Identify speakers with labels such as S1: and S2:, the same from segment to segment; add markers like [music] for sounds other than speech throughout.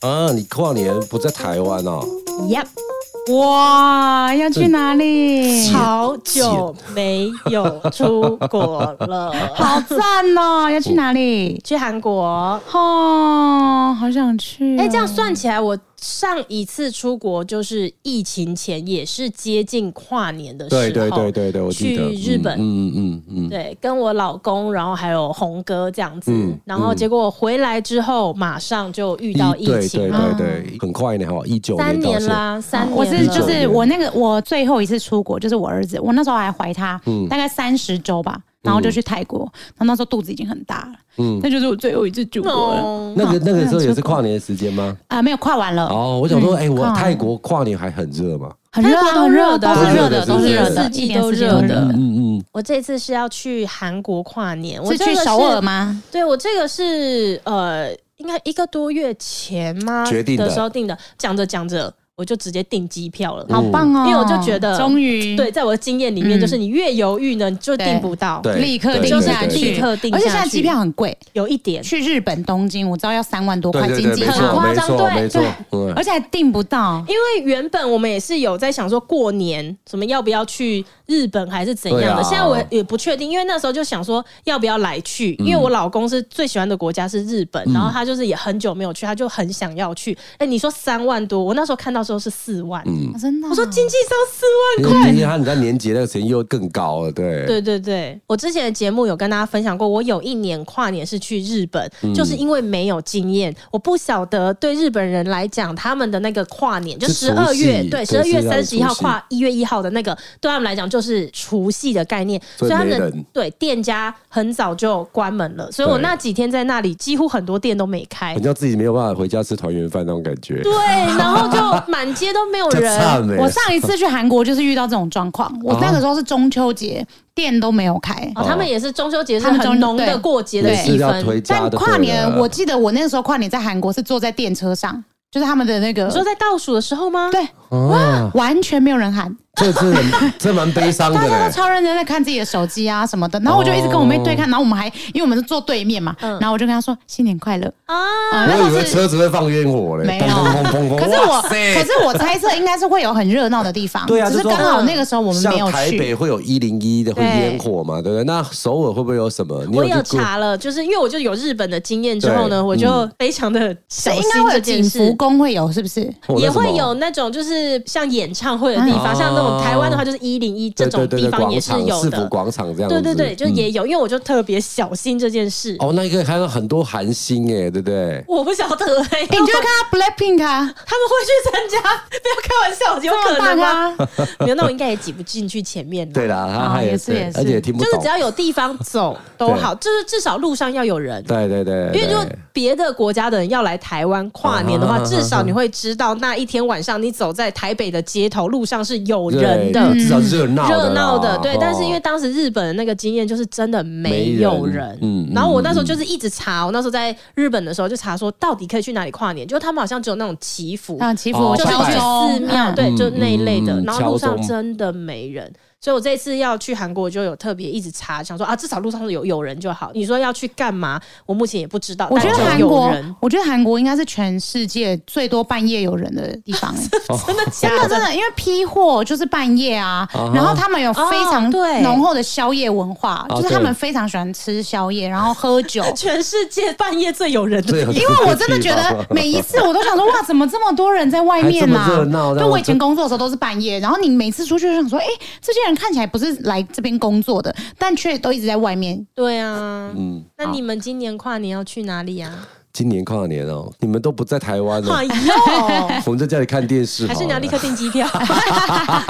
S1: 啊，你跨年不在台湾哦？
S2: Yep，
S3: 哇，要去哪里？
S2: 好久没有出国了，
S3: 好赞哦！要去哪里？
S2: 去韩国。
S3: 哦，好想去哦。
S2: 哎、这样算起来，我上一次出国就是疫情前，也是接近跨年的时候。
S1: 对对对对对，我记得
S2: 去日本
S1: 嗯嗯嗯嗯，
S2: 对，跟我老公，然后还有红哥这样子，
S1: 嗯
S2: 然后结果回来之后，马上就遇到疫
S1: 对
S2: 情
S1: 对
S2: 嘛，
S1: 对对，很快呢哈，一九
S2: 三
S1: 到
S2: 年
S1: 现在，
S2: 啦，三年了，
S3: 我是就
S1: 19
S3: 是
S1: 年
S3: 我那个我最后一次出国就是我儿子，我那时候还怀他，
S2: 嗯
S3: 大概三十周吧，然后就去泰国，然后那时候肚子已经很大了，
S1: 嗯，
S3: 那就是我最后一次出国了。
S2: 哦
S1: 那个那个时候也
S3: 好
S1: 是跨年的时间吗？
S3: 啊，没有跨完了，
S1: 哦，我想说，
S3: 嗯
S1: 哎，我
S3: 跨完
S1: 泰国跨年还很热嘛？
S3: 很热
S2: 泰
S3: 啊，
S2: 国
S3: 很
S2: 都
S3: 热的啊，
S1: 热
S3: 很热
S1: 的
S3: 的，
S1: 都
S3: 都
S1: 是
S3: 是
S1: 热
S3: 热
S1: 的
S3: 的，
S2: 四季
S3: 一年
S2: 都
S3: 四季
S2: 热
S3: 都
S2: 的
S3: 热的。
S1: 嗯嗯，
S2: 我这次是要去韩国跨年，我
S3: 是
S2: 这
S3: 去
S2: 个
S3: 首尔
S2: 是？
S3: 吗？
S2: 对，我这个是呃，应该一个多月前吗？
S1: 决定的
S2: 时候定的，讲着讲着我就直接订机票了。
S3: 好棒哦！
S2: 嗯因为我就觉得
S3: 终于
S2: 对，在我的经验里面，
S3: 嗯
S2: 就是你越犹豫呢，你就
S3: 对
S2: 订不到，
S1: 对
S3: 立刻
S1: 对
S3: 定
S1: 对
S3: 下
S1: 对
S3: 去，
S2: 立刻定
S3: 而且
S2: 下
S3: 现在
S2: 去
S3: 机票很贵，
S2: 有一点
S3: 去日本东京我知道要三万多
S1: 对
S3: 块，
S1: 对
S3: 经
S1: 对，
S3: 济
S1: 没
S3: 很
S1: 错
S3: 夸
S1: 没
S3: 张，
S1: 错
S2: 对
S1: 没错，嗯，
S3: 而且还订不到。
S2: 因为原本我们也是有在想说过年什么要不要去日本还是怎样的，
S1: 对啊
S2: 现在我也不确定，因为那时候就想说要不要来去，
S1: 嗯
S2: 因为我老公是最喜欢的国家是日本，然后他就是也很久没有去，他就很想要去。哎、你说三万多，我那时候看到时候是四万，
S1: 嗯
S3: 啊真的啊，
S2: 我说经济舱四万
S1: 因
S2: 块。
S1: 为他你在年节那个时间又更高了，对，
S2: 对对对，我之前的节目有跟大家分享过，我有一年跨年是去日本，
S1: 嗯
S2: 就是因为没有经验，我不晓得对日本人来讲，他们的那个跨年就是十二月
S1: 除夕
S2: 对十
S1: 对
S2: 二月
S1: 是要
S2: 三十一号
S1: 除夕
S2: 跨一月一号的那个，对他们来讲就是除夕的概念，
S1: 所以
S2: 他们
S1: 没
S2: 的
S1: 人
S2: 对店家很早就关门了，所以我
S1: 对
S2: 那几天在那里几乎很多店都没开
S1: 很。像自己没有办法回家吃团圆饭那种感觉。
S2: 对，然后就满街都没有
S1: [laughs] 就惨欸
S2: 人，
S1: 了
S3: 我上一次去韩国就是遇到这种状况，
S1: 啊
S3: 我那个时候是中秋节，店都没有开。
S2: 哦，他们也是中秋节是
S3: 他们中
S2: 很浓的
S3: 对
S2: 过节的
S1: 也
S2: 气
S1: 是要
S2: 氛
S1: 推。
S3: 但
S1: 家的。啊
S3: 跨年，我记得我那个时候跨年在韩国是坐在电车上，就是他们的那个
S2: 你，说在倒数的时候吗？
S3: 对，
S1: 啊，
S3: 完全没有人喊，
S1: 这这很这蛮悲
S2: [laughs]
S1: 伤的
S3: 大家都
S1: 嘞。
S3: 超认真在看自己的手机啊什么的。然后我就一直跟我妹对
S1: 哦
S3: 看，然后我们还因为我们是坐对面嘛，然后我就跟她说新年快乐
S2: 啊，
S3: 啊，那时
S1: 我以
S3: 候
S1: 为
S3: 是
S1: 车子会放烟火嘞，
S3: 没有
S1: 砰砰砰砰砰。
S3: 可是我，
S1: 哇塞
S3: 可是我猜测应该是会有很热闹的地方，
S1: 对啊
S3: 只是
S1: 就说
S3: 刚好那个时候我们没有
S1: 像台北
S3: 去。
S1: 会有一零一的会烟火嘛，对不对？那首尔会不会有什么？你
S2: 我
S1: 去
S2: 有
S1: 过？
S2: 查了，就是因为我就有日本的经验之后呢，
S1: 对嗯
S2: 我就非常的
S3: 是
S2: 小
S3: 应
S2: 心
S3: 该会
S2: 这
S3: 有
S2: 件
S3: 景
S2: 事
S3: 福。宫会有，是不
S1: 哦那什
S2: 也
S1: 么
S2: 会有那种就是像演唱会的地方，
S1: 嗯
S2: 像那种台湾的话就是一零一这
S1: 对
S2: 种
S1: 对对
S2: 地
S1: 对，
S2: 方
S1: 广
S2: 也是
S1: 场
S2: 有
S1: 市府
S2: 的。
S1: 广场这样
S2: 对
S1: 子。
S2: 对对，就也
S1: 嗯
S2: 有，因为我就特别小心这件事。
S1: 哦，那个看到很多韩星哎，对不对？
S2: 我不晓得哎、
S3: 你就会看到 Blackpink 啊，
S2: 他们会去参加，不要开玩笑，有
S3: 这
S2: 可
S3: 么
S2: 能
S3: 大
S2: 吗？
S3: 啊，
S1: [laughs]
S2: [laughs] 没有，那我应该也挤不进去前面啦
S1: 对啦，他还
S3: 也是也是
S1: 而且也听不
S2: 啊就是
S1: 懂
S2: 只。要有地方走都好，就是至少路上要有人。
S1: 对对对，
S2: 因为如果
S1: 对
S2: 别的国家的人要来台湾跨年的话，
S1: 啊
S2: 至少你会知道那一天晚上你走在台北的街头路上是有
S1: 对
S2: 人的。嗯
S1: 至少热闹的啦
S2: 热闹的，对，
S1: 哦
S2: 但是因为当时日本的那个经验就是真的没
S1: 没
S2: 有
S1: 人
S2: 人，
S1: 嗯
S2: 然后我
S1: 嗯
S2: 那时候就是一直查，我那时候在日本的时候就查说到底可以去哪里跨年，就他们好像只有那种祈福，
S3: 像啊祈
S1: 哦
S3: 福
S2: 就是
S3: 敲
S2: 去
S3: 钟
S2: 寺庙，
S3: 嗯
S2: 对，
S1: 嗯
S2: 就那一类的
S1: 嗯嗯。嗯
S2: 然后路
S1: 敲
S2: 上
S1: 钟
S2: 真的没人，所以我这次要去韩国，我就有特别一直查，想说啊，至少路上有有人就好。你说要去干嘛？我目前也不知道。
S3: 我觉得
S2: 但
S3: 韩
S2: 就有
S3: 国 [laughs]
S2: 人，
S3: 我觉得韩国应该是全世界最多半夜有人的地 [laughs] 方、欸
S2: [laughs] 真的
S3: 真
S2: 假
S3: 的
S2: 的
S3: 真？的，因为批货就是半夜啊
S1: 哈，
S3: 然后他们有非常
S2: 哦对
S3: 浓厚的宵夜文化，
S1: 哦
S3: 就是他
S1: 对
S3: 们非常喜欢吃宵夜，然后喝酒。
S2: 全世界半夜最有人
S1: [laughs]
S2: 的
S1: 最有
S3: 因为我真的觉得每一次我都想说，
S1: [laughs]
S3: 哇，怎么这么多人在外面
S1: 还这么热闹
S3: 啊？
S1: 这
S3: 就
S1: 样
S3: 我以前工作的时候都是半夜，然后你每次出去就想说，哎，这些人看起来不是来这边工作的，但却都一直在外面。
S2: 对啊，
S1: 嗯，
S2: 那你们今年跨年要去哪里啊呀？
S1: 今年跨年哦，你们都不在台湾哦
S2: 哎，呦，
S1: 我们在家里看电视好
S2: 还
S1: 了，
S2: 是你要立刻订机票，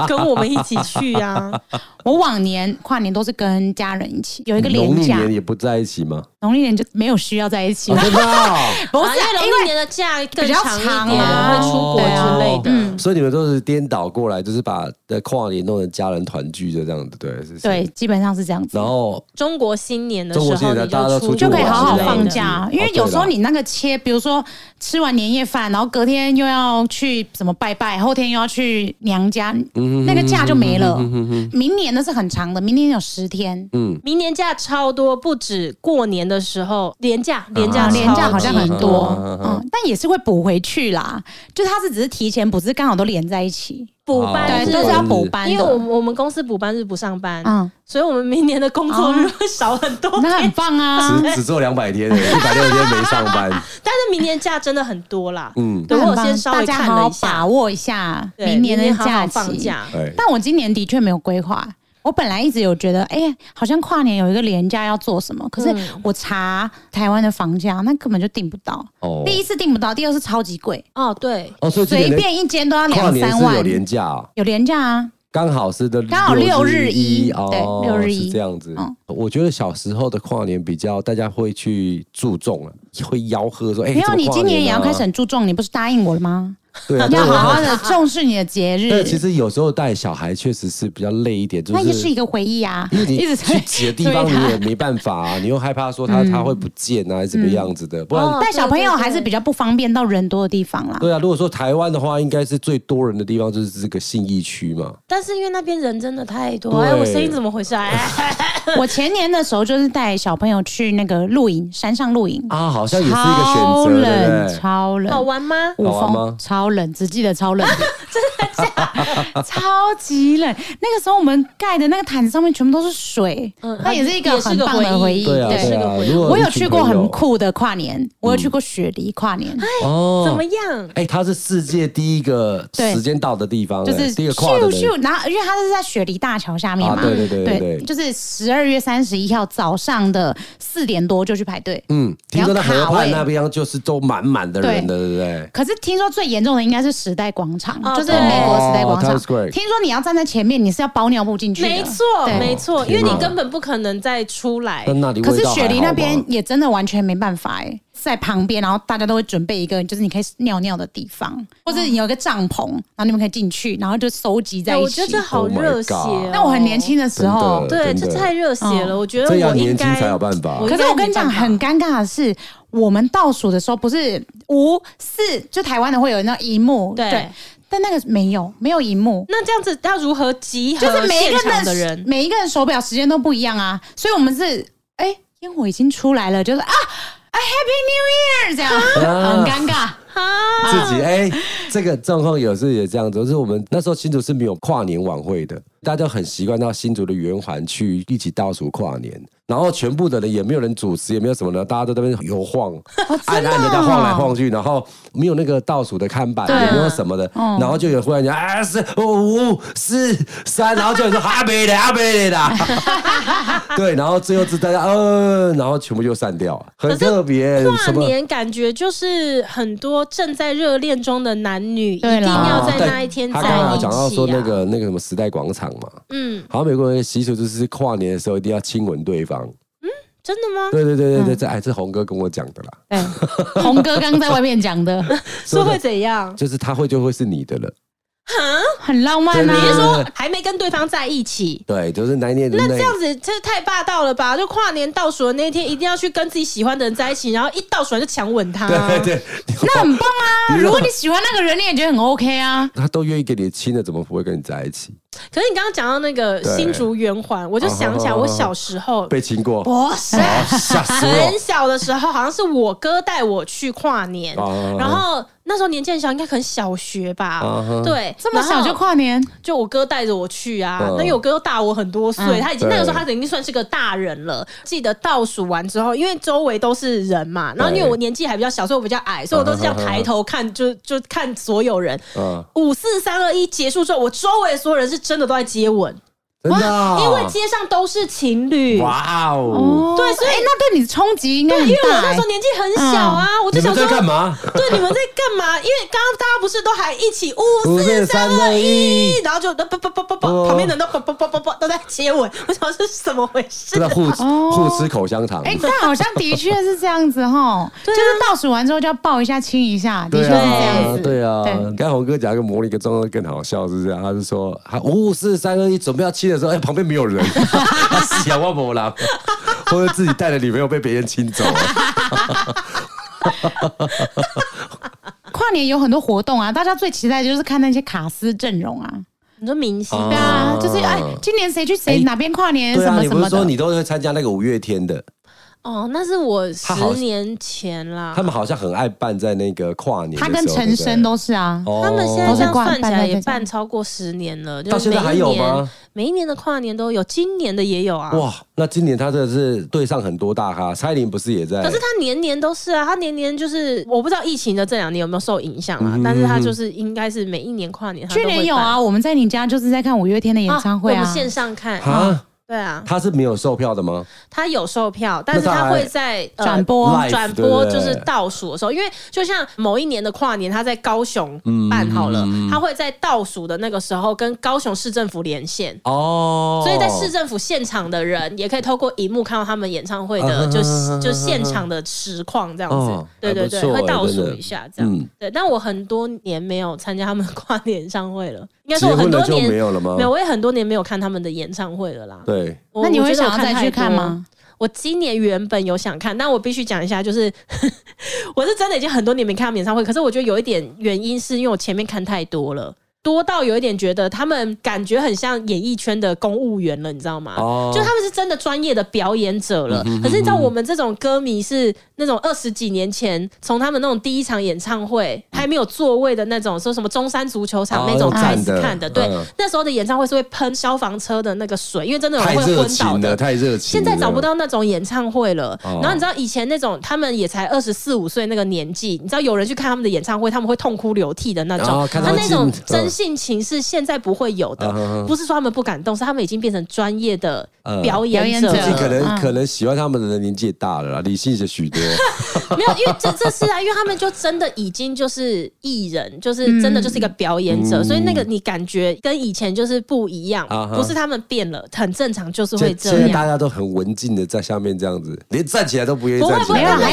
S2: 跟我们一起去啊呀？
S3: 我往年跨年都是跟家人一起，有一个
S1: 农
S3: 年
S1: 历
S3: 假，
S1: 年也不在一起吗？
S3: 农历年就没有需要在一起
S1: 哦
S3: 了。
S1: 真的哦， [laughs]
S3: 不
S2: 啊
S3: 是
S2: 因为
S3: 因
S2: 农历
S3: 为
S2: 年的假更
S3: 比较
S2: 长
S3: 长
S2: 一点，
S3: 啊
S2: 会出国之类的。
S1: 嗯，所以你们都是颠倒过来，就是把呃跨年弄成家人团聚的这样子，对，是不是。
S3: 对，基本上是这样子
S1: 然后
S2: 中国新年的
S1: 中
S2: 时
S1: 国新
S2: 候，
S1: 年
S2: 你
S1: 大家都
S2: 就
S1: 出去
S3: 就可以
S1: 玩
S3: 好好
S1: 之类的
S3: 放假，因为有时候你那那个切，比如说吃完年夜饭，然后隔天又要去什么拜拜，后天又要去娘家，那个假就没了。明年那是很长的，明年有十天，
S1: 嗯
S2: 明年假超多，不止过年的时候年假，年
S1: 啊
S2: 假超
S3: 廉价好像很多
S1: 啊啊啊，啊
S3: 嗯，但也是会补回去啦。就它是只是提前补，只是刚好都连在一起，
S2: 补
S1: 哦
S2: 班
S3: 对，
S2: 日
S3: 都是要补班的。
S2: 因为我们
S1: 嗯
S2: 我们公司补班日不上班，
S3: 嗯
S2: 所以我们明年的工作
S1: 啊
S2: 日会少很多天。
S3: 那很棒啊！
S1: 只只做两百天而已，一百六十天没上 [laughs] 班。
S2: [laughs]
S1: 哎
S2: 但是明年假真的很多啦，
S1: 嗯，
S2: 对
S3: 那很
S2: 我有
S3: 棒
S2: 先稍
S3: 大
S2: 微
S3: 家
S2: 看
S3: 好
S2: 了
S3: 好
S2: 一
S3: 把
S2: 下，
S3: 握一下
S2: 对
S3: 明年的
S2: 好
S3: 假
S2: 好
S3: 期。
S2: 放假。
S1: 哎，
S3: 但我今年的确没有规划。我本来一直有觉得，哎、好像跨年有一个廉价要做什么，可是
S1: 嗯
S3: 我查台湾的房价，那根本就订不到。
S1: 哦
S3: 第一次订不到，第二次超级贵，
S2: 哦，对，
S1: 哦，所以今
S3: 随
S1: 年的
S3: 便一间都要
S1: 跨
S3: 两
S1: 年
S3: 三
S1: 是有
S3: 万。
S1: 年假哦，
S3: 有廉价啊，
S1: 刚好是的，
S3: 刚好六日一
S1: 哦
S3: 对六日一
S1: 是这样子
S3: 嗯。
S1: 我觉得小时候的跨年比较大家会去注重啊，会吆喝说，哎，
S3: 没
S1: 怎
S3: 有
S1: 么
S3: 你
S1: 跨
S3: 今年
S1: 啊
S3: 也要开始很注重，你不是答应我了吗？
S1: [laughs] 对啊，
S3: 要
S1: 对啊
S3: 好好的重视你的节日
S1: 但，其实有时候带小孩确实是比较累一点，就
S3: 那也是
S1: 是
S3: 一个回忆啊。
S1: 因为你
S3: 一直
S1: 去
S3: 在
S1: 挤的地
S3: [laughs]
S1: 方
S3: 追他嗯
S1: 你也没办法啊，你又害怕说他他会不见啊，还是什么样子的，不然。
S2: 哦
S3: 带小朋友还是
S2: 对对对
S3: 比较不方便到人多的地方啦。
S1: 对啊，如果说台湾的话，应该是最多人的地方就是这个信义区嘛。
S2: 但是因为那边人真的太多，
S1: 对
S2: 哎，我声音怎么回事啊？哎
S3: 我前年的时候就是带小朋友去那个露营，山上露营，
S1: 啊，好像也是一个选择，
S3: 超冷，
S1: 对不对？
S3: 超
S2: 好
S3: 冷，
S2: 玩吗？
S3: 五
S1: 好玩吗
S3: 峰超冷，只记得超
S2: [laughs]
S3: 冷， [laughs] 真的假？超级冷。那个时候我们盖的那个毯子上面全部都是水，
S2: 嗯
S3: 那也是一个
S2: 也是
S3: 很
S2: 个
S3: 棒的
S2: 回
S3: 回
S2: 忆
S3: 忆。
S1: 对啊，
S2: 对
S1: 对啊。嗯如果
S3: 我有
S1: 一群
S3: 去过
S1: 朋友
S3: 很酷的跨年，我有去过雪梨跨年，
S1: 哦，
S2: 怎么样？
S1: 哎、它是世界第一个
S3: 对
S1: 时间到的地方、哎
S3: 就是
S1: 第一个跨的
S3: 咻
S1: 人
S3: 咻，然后因为它是在雪梨大桥下面
S1: 啊，
S3: 嘛，
S1: 对对对对对，
S3: 就是十二月三十一号早上的四点多就去排队。
S1: 嗯，听说那河畔那边就是都满满的人
S3: 对
S1: 的，对不对？
S3: 可是听说最严重的应该是时代广场，
S2: 哦
S3: 就是美国时代广场。
S1: 哦，Times Square
S3: 听说你要站在前面，你是要包尿布进去的。
S2: 没错，
S3: 对
S2: 没错，因
S1: 啊天
S2: 为
S1: 哪
S2: 你根本不可能再出来
S1: 但。那里
S3: 可
S1: 味
S3: 是
S1: 道还
S3: 雪梨
S1: 好
S3: 那
S1: 吗
S3: 边也真的完全没办法哎、在旁边，然后大家都会准备一个，就是你可以尿尿的地方，
S2: 哦
S3: 或者你有一个帐篷，然后你们可以进去，然后就收集在
S2: 哎
S3: 一
S2: 我
S3: 起
S2: 觉得。这好
S1: Oh my
S2: 热血哦
S1: God！
S3: 那我很年轻的时候
S1: 真，的
S2: 对，这太热血了，
S3: 嗯
S2: 我觉得
S1: 这要
S2: 我
S1: 年
S2: 应
S1: 轻
S2: 该
S1: 才有办法
S2: 应
S3: 可
S2: 该
S3: 是我跟你讲，
S2: 没办法
S3: 很尴尬的是，我们倒数的时候不是五四，就台湾的会有那一幕，
S2: 对
S3: 但那个没有，没有一幕，
S2: 那这样子要如何集合
S3: 就是每一
S2: 呃现
S3: 个
S2: 场
S3: 人
S2: 的
S3: 的
S2: 人？
S3: 每一个人手表时间都不一样啊，所以我们是哎，烟、火已经出来了，就是啊啊 Happy New Year 这样，
S2: 啊
S3: 很尴尬。
S1: 自
S2: 嗯
S1: 己哎、这个状况有时也这样子，就是我们那时候新竹是没有跨年晚会的，大家就很习惯到新竹的圆环去一起倒数跨年，然后全部的人也没有人主持，也没有什么的，大家都在那边游
S2: [laughs]
S1: 晃，
S2: 啊
S3: 哦
S1: 暗暗的在晃来晃去，然后没有那个倒数的看板，
S2: 啊
S1: 也没有什么的，
S2: 嗯
S1: 然后就有忽然间啊是五四三，然后就有人说 [laughs] 啊没的啊没的 [laughs] 啦，对，然后最后是大家嗯，然后全部就散掉，很特别，
S2: 跨
S1: 什么。
S2: 年感觉就是很多正在热恋中的男女一
S3: 对
S2: 定
S3: 啦
S2: 要在
S1: 哦对
S2: 那一天在
S1: 他刚刚
S2: 一
S1: 有
S2: 起
S1: 讲到说那
S2: 啊。
S1: 个那个什么时代广场嘛，
S2: 嗯，
S1: 好像美国人的习俗就是跨年的时候一定要亲吻对方。
S2: 真的吗？
S1: 对对对
S2: 嗯
S1: 对对，这哎，这红哥跟我讲的啦，
S3: 对，哦红哥刚刚在外面讲
S2: [laughs]
S3: 的，
S2: 说会怎样？
S1: 就是他会就会是你的了。
S3: 很浪漫
S1: 对
S2: 你
S1: 对
S2: 是
S1: 对
S3: 啊。
S2: 说还没跟对方在一起？
S1: 对，就是那一年的
S2: 那
S1: 那
S2: 这样子这太霸道了吧！就跨年倒数的那一天，一定要去跟自己喜欢的人在一起，然后一倒数完就强吻他。
S1: 对对，
S3: 那很棒啊！
S1: 你说
S3: 如果你喜欢那个人，你也觉得很 OK 啊。
S1: 他都愿意给你亲了，怎么不会跟你在一起？
S2: 可是你刚刚讲到那个
S1: 对啊
S2: 新竹圆环，我就想起来我小时候，
S1: 被亲过，
S2: 不是。
S1: 啊吓死
S2: 很
S1: 我！
S2: 小的时候，好像是我哥带我去跨年，
S1: 哦
S2: 然后那时候年纪很小，应该可能小学吧，
S1: 嗯哼
S2: 对，
S3: 这么小
S2: 然后
S3: 就跨年，
S2: 就我哥带着我去啊，
S1: 嗯
S2: 那因为我哥又大我很多岁，
S3: 嗯
S2: 他已经
S1: 对
S2: 那个时候他已经算是个大人了。记得倒数完之后，因为周围都是人嘛，然后因为我年纪还比较小，所以我比较矮，所以我都是这样抬头看，就就看所有人。
S1: 嗯，
S2: 五四三二一结束之后，我周围所有人是真的都在接吻，
S1: 真的啊，
S2: 因为街上都是情侣。
S1: 哇哦，
S3: 哦
S2: 对所以
S3: 哎那对你的冲击应该
S2: 对，
S3: 很
S2: 因为我
S3: 大
S2: 那
S3: 哎
S2: 时候。年纪很小啊，我就
S1: 你
S2: 想
S1: 们
S2: 说
S1: 在，干嘛？ [laughs]
S2: 对，你们在干嘛？因为刚刚大家不是都还一起五
S1: 五
S2: 四
S1: 四
S2: 三
S1: 三
S2: 二
S1: 二
S2: 一
S1: 一，
S2: 然后就叭叭叭叭叭叭，
S1: 哦
S2: 旁边的人都叭叭叭叭叭都在接吻，我想这是怎哦么回事
S1: 真？的互互吃口香糖，
S3: 哎、但好像的确是这样子哈，
S2: 啊
S3: 就是倒数完之后就要抱一下、亲一下，的确
S1: 对
S3: 是这样
S1: 啊，
S3: 子。
S1: 对啊
S3: 对。
S1: 刚才红哥讲一个魔力一个状况更好笑，是这样，他是说他五五四三二一准备要亲的时候，哎，旁边没有
S2: [laughs]
S1: 人，他啊
S2: [laughs]
S1: 喜欢万某狼，或者自己带的女朋友被别人亲走了。
S3: 跨年有很多活动啊，大家最期待的就是看那些卡司阵容啊，
S2: 你说明星
S1: 啊
S3: 对啊，就是哎，今年谁去谁
S1: 哎
S3: 哪边跨年
S1: 对
S3: 什
S1: 啊，
S3: 么
S1: 你
S3: 什
S1: 不
S3: 么
S1: 是说
S3: 的，
S1: 你都会参加那个五月天的？
S2: 哦，那是我
S1: 他好
S2: 十年前啦
S1: 他。们好像很爱办在那个跨年的时
S3: 他
S1: 候，
S3: 跟陈升
S1: 对
S3: 都是啊
S1: 不，对哦
S2: 他们现在这样
S3: 都是
S2: 算起来也
S3: 办在
S2: 办超过十年了，就
S1: 到现在还
S2: 每一
S1: 有
S2: 年
S1: 吗？
S2: 每一年的跨年都有，今年的也有啊。
S1: 哇，那今年他真的是对上很多大咖，蔡依林不是也在？
S2: 可是他年年都是啊，他年年就是我不知道疫情的这两年有没有受影响
S1: 嗯
S2: 啊，但是他就是应该是每一年跨
S1: 哦
S2: 年他都
S3: 去
S2: 会办，
S3: 年有啊，我们在你家就是在看五月天的演唱会
S2: 我
S3: 啊
S2: 们，线上看，
S1: 啊，
S2: 对啊，
S1: 他是没有售票的吗？
S2: 他有售票，但是
S1: 那他
S2: 他
S1: 还
S2: 会在呃
S3: 转播
S1: Live，
S2: 转播
S1: 对不
S2: 就
S1: 对
S2: 是倒数的时候，因为就像某一年的跨年，他在高雄办好
S1: 嗯
S2: 了，他会在倒数的那个时候跟高雄市政府连线。
S1: 哦，
S2: 所以在市政府现场的人也可以透过荧幕看到他们演唱会的
S1: 啊
S2: 就
S1: 啊啊
S2: 就现场的实况这样
S1: 哦
S2: 子，对对对
S1: 还，不错哎
S2: 会倒
S1: 真
S2: 数
S1: 的
S2: 一下这样
S1: 嗯。
S2: 对，但我很多年没有参加他们的跨年演唱会了，应该
S1: 结
S2: 说我很
S1: 婚
S2: 多
S1: 了就
S2: 年
S1: 没有了吗
S2: 没？有，我也很多年没有看他们的演唱会了啦。
S1: 对，
S2: 我
S3: 那你
S2: 我
S3: 会
S2: 觉得
S3: 想
S2: 我
S3: 要再
S2: 太
S3: 去看
S2: 多
S3: 吗？
S2: 我今年原本有想看，但我必须讲一下，就是 [laughs] 我是真的已经很多年没看他们演唱会，可是我觉得有一点原因是因为我前面看太多了。多到有一点觉得他们感觉很像演艺圈的公务员了，你知道吗？
S1: 哦嗯
S2: 就他们是真的专业的表演者了。可是你知道我们这种歌迷是那种二十几年前从他们那种第一场演唱会还没有座位的那种，说什么中山足球
S1: 嗯
S2: 场
S1: 哦
S2: 那种
S1: 那种
S2: 开
S1: 站
S2: 始
S1: 的
S2: 看的。对
S1: 嗯，
S2: 那时候的演唱会是会喷消防车的那个水，因为真的有
S1: 太
S2: 人会
S1: 热
S2: 昏倒
S1: 情了，
S2: 的。
S1: 太热情
S2: 现
S1: 了。
S2: 在找不到那种演唱会了。
S1: 哦
S2: 然后你知道以前那种他们也才二十四五岁那个年纪，你知道有人去看他们的演唱会，他们会痛哭流涕的那种。
S1: 哦看
S2: 他
S1: 到
S2: 那种
S1: 进
S2: 真性情是现在不会有的
S1: 嗯嗯嗯，
S2: 不是说他们不敢动，是他们已经变成专业的
S1: 嗯
S2: 表演者
S3: 表演
S1: 自己可
S2: 了。
S1: 能
S3: 嗯
S1: 可能喜欢他们的人年纪也大了啦，理性些许多。
S2: 没有，因为这这是啊，因为他们就真的已经就是艺人，
S3: 嗯
S2: 就是真的就是一个表演者，
S1: 嗯
S2: 所以那个你感觉跟以前就是不一样
S1: 啊，哈
S2: 不是他们变了，很正常，就是会
S1: 现
S2: 这
S1: 现在
S2: 样。
S1: 大家都很文静的在下面这样子，连站起来都不愿意
S2: 不会
S1: 站起
S2: 不会，
S3: 没有
S2: 他
S1: 来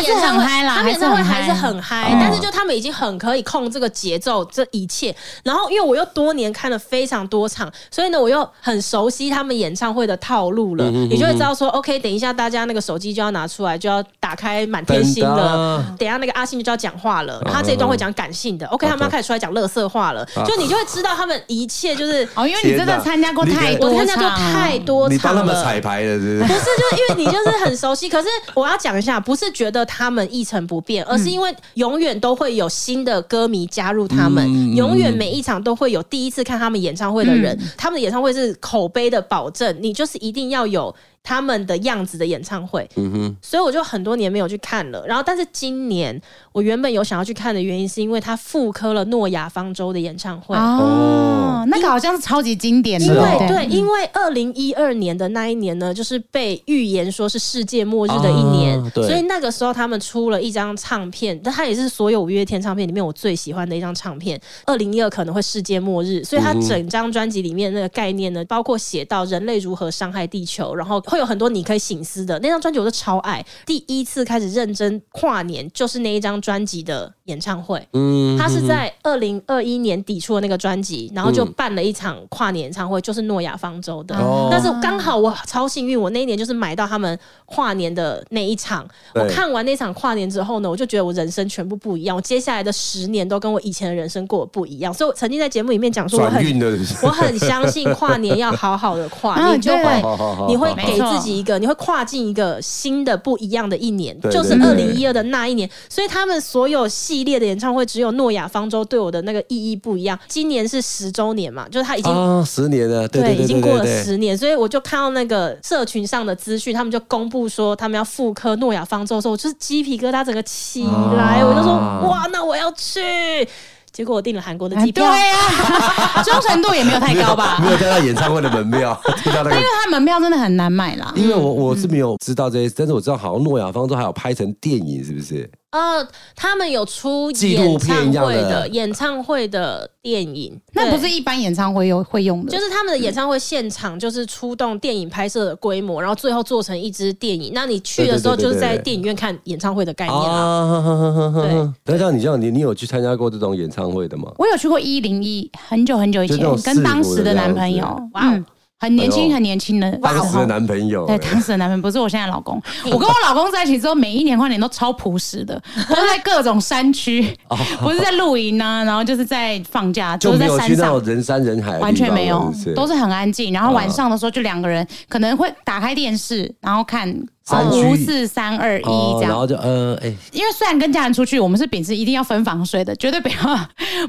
S3: 啦。
S2: 们演唱
S3: 还是很嗨啦
S2: 会他们演唱会还
S3: 还
S2: 是
S3: 是
S2: 很
S3: 很
S2: 嗨，
S1: 嗯
S2: 但是就他们已经很可以控这个节奏，这一切。然后因为我又多年看了非常多场，所以呢，我又很熟悉他们演唱会的套路
S1: 嗯
S2: 了，你就会知道说，OK，等一下大家那个手机就要拿出来，就要打开满天星
S1: 等的
S2: 了
S1: 啊，
S2: 等一下那个阿信就要讲话了，他这一段会讲感性的，OK，他们要开始出来讲乐色话了，就你就会知道他们一切就是。
S3: 哦，因为你真的参加过太
S2: 我
S3: 多场了，
S2: 参加过太多
S1: 你
S2: 场
S1: 帮他们
S2: 了，
S1: 彩排了，是不
S2: 不
S1: 是？
S2: 是，就是因为你就是很熟悉。可 [laughs] 是我要讲一下，不是觉得他们一成不变，
S1: 嗯
S2: 而是因为永远都会有新的歌迷加入他们，
S1: 嗯嗯嗯嗯
S2: 永远每一场都会有第一次看他们演唱会的人。他们的演唱会是口碑的保证，你就是一定要有。他们的样子的演唱会，
S1: 嗯哼，
S2: 所以我就很多年没有去看了。然后，但是今年我原本有想要去看的原因，是因为他复刻了诺亚方舟的演唱会。
S3: 哦，那个好像是超级经典的，
S2: 因
S1: 是
S2: 为
S1: 哦
S2: 对，因为二零一二年的那一年呢，就是被预言说是世界末日的一年，
S1: 啊对
S2: 所以那个时候他们出了一张唱片，但它也是所有五月天唱片里面我最喜欢的一张唱片。二零一二可能会世界末日，所以它整张专辑里面那个概念呢，包括写到人类如何伤害地球，然后会有很多你可以醒思的。那张专辑我都超爱，第一次开始认真跨年就是那一张专辑的演唱会。
S1: 嗯，
S2: 他是在二零二一年底出的那个专辑，然后就办了一场跨年演唱会，就是诺亚方舟的。
S1: 哦
S2: 但是刚好我超幸运，我那一年就是买到他们跨年的那一场。我
S1: 对
S2: 看完那场跨年之后呢，我就觉得我人生全部不一样，我接下来的十年都跟我以前的人生过得不一样。所以我曾经在节目里面讲说，我
S1: 转
S2: 很
S1: 运的，是不是
S2: 我很相信跨年要好好的跨，
S3: 啊
S2: 你就
S3: 对
S2: 会
S1: 好好好
S2: 你会
S3: 好
S2: 给
S3: 没错
S2: 自己一个，你会跨进一个新的不一样的一年，
S1: 对
S2: 就是
S1: 对
S2: 二
S1: 对
S2: 零一二的那一年。所以他们所有系列的演唱会，只有诺亚方舟对我的那个意义不一样。今年是十周年嘛，就是他已经。
S1: 啊，十年了，对对对，
S2: 已经
S1: 对
S2: 过了。
S1: 对对
S2: 十年，所以我就看到那个社群上的资讯，他们就公布说他们要复刻诺亚方舟的时候，我就是鸡皮疙瘩整个起来，
S1: 啊
S2: 我就说哇，那我要去。结果我订了韩国的
S3: 啊
S2: 机
S3: 对
S2: 票，
S3: 啊，忠诚度也没有太高吧？
S1: 没有看到演唱会的门票，听到那个
S3: 但因为他门票真的很难买啦。
S1: 因为我我是没有知道这些，但是我知道好像诺亚方舟还有拍成电影，是不是？
S2: 呃，他们有出
S1: 纪
S2: 演
S1: 录片
S2: 唱
S1: 一样
S2: 会
S1: 的
S2: 演唱会的电影，
S3: 那不
S2: 对
S3: 是一般演唱会有会用的，
S2: 就是他们的演唱会现场，就是出动电影拍摄的规模，然后最后做成一支电影。那你去的时候，
S1: 对
S2: 就
S1: 对对对
S2: 是在
S1: 对对哦
S2: 电影院看演唱会的概念啊。
S1: 啊，那像你这样，你你有去参加过这种演唱会的吗？
S3: 我有去过一零一，很久很久以
S1: 就那种
S3: 前，跟当时的男朋友
S1: 四五的这样，
S2: 哇哦
S3: 嗯，很年
S1: 哎
S3: 轻，
S1: 呦
S3: 很年轻的哇
S1: 当时的
S3: 哦
S1: 男朋友、哎
S3: 对，当时的男朋友不是我现在的老公。我跟我老公在一起之后，每一年跨年都超朴实
S1: [laughs]
S3: 的，都在各种山区，不是在露营啊，然后就是在放假，
S1: 哦就
S3: 都是
S1: 没
S3: 在
S1: 有
S3: 山
S1: 去那
S3: 上
S1: 种。人山人海的地方，
S3: 完全没有
S1: 是不是，啊
S3: 都是很安静。然后晚上的时候就两个人，可能会打开电视，然后看
S1: 山区
S3: 五四三二一
S1: 哦
S3: E 这
S1: 然
S3: 样。
S1: 后就呃，哎、
S3: 因为虽然跟家人出去，我们是秉持一定要分房睡的，绝对不要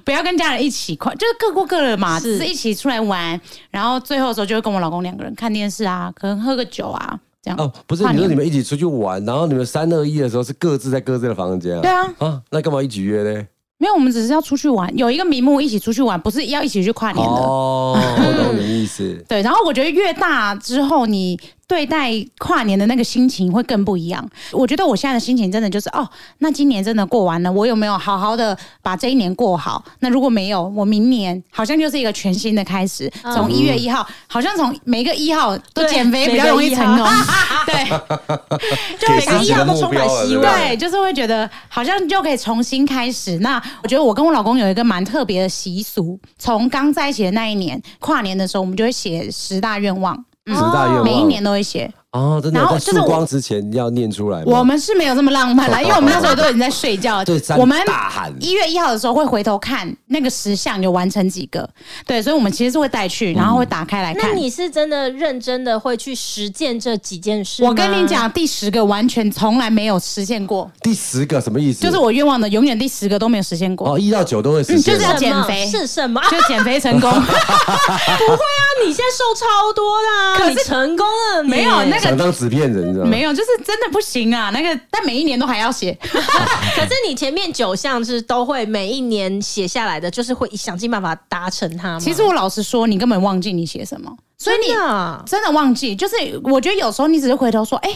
S3: 不要跟家人一起快，就是各过各的嘛，
S2: 是
S3: 只是一起出来玩。然后最后的时候就会跟我老公两个人看电视啊，可能喝个酒啊，这样。
S1: 哦，不是，
S3: 跨
S1: 你
S3: 年
S1: 说你们一起出去玩，然后你们三二一的时候是各自在各自的房间、啊，
S3: 对啊，
S1: 啊，那干嘛一起约呢？
S3: 没有，我们只是要出去玩，有一个名目一起出去玩，不是要一起去跨年的。 [laughs]
S1: 哦，我懂你的意思。
S3: 对，然后我觉得越大之后，你对待跨年的那个心情会更不一样。我觉得我现在的心情真的就是，哦，那今年真的过完了，我有没有好好的把这一年过好？那如果没有，我明年好像就是一个全新的开始。从一月一号，好像从每个一号都
S2: 对
S3: 减肥比较容易成功，
S1: [laughs]
S3: 对
S2: 就每
S1: 给
S2: 个
S1: 自
S2: 一
S1: 己的
S2: 号都
S1: 目
S2: 充
S1: 标
S2: 满
S1: 了
S2: 希
S1: 对不
S2: 望。
S3: 对，就是会觉得好像就可以重新开始。那我觉得我跟我老公有一个蛮特别的习俗，从刚在一起的那一年跨年的时候，我们就会写十大愿望。嗯
S1: 十大愿望
S3: 每一年都会写，
S1: 哦，真的
S3: 然后
S1: 在
S3: 就是
S1: 曙
S3: 我
S1: 光之前要念出来吗。
S3: 我们是没有这么浪
S1: [laughs]
S3: 漫啦，因为我们那时候都已经在睡觉
S1: 对山。
S3: 我们
S1: 大喊
S3: 一月一号的时候会回头看那个十项有完成几个，对，所以我们其实是会带去，然后会打开来
S2: [laughs] 那
S3: 看。
S2: 你是真的认真的会去实践这几件事？
S3: 我跟你，讲，第十个完全从来没有实现过，
S1: 第十个什么意思？
S3: 就是我愿望的永远第十个都没有实现过，
S1: 哦，一到九都会实现
S3: 嗯就是要
S1: 吗。
S3: 减肥
S2: 是什么？
S3: [laughs]
S2: 啊啊
S3: 就减肥成功。
S2: 你现在瘦超多啦，
S3: [laughs] 可是
S2: 你成功了你
S3: 没有那个
S1: 想当纸片人，你知道吗？
S3: 没有，就是真的不行啊。那个，但每一年都还要写，
S2: 可是你前面九项是都会每一年写下来的，就是会想尽办法达成它吗。
S3: 其实我老实说，你根本忘记你写什么，所以你
S2: 真的啊
S3: 真的忘记。就是我觉得有时候你只是回头说，哎、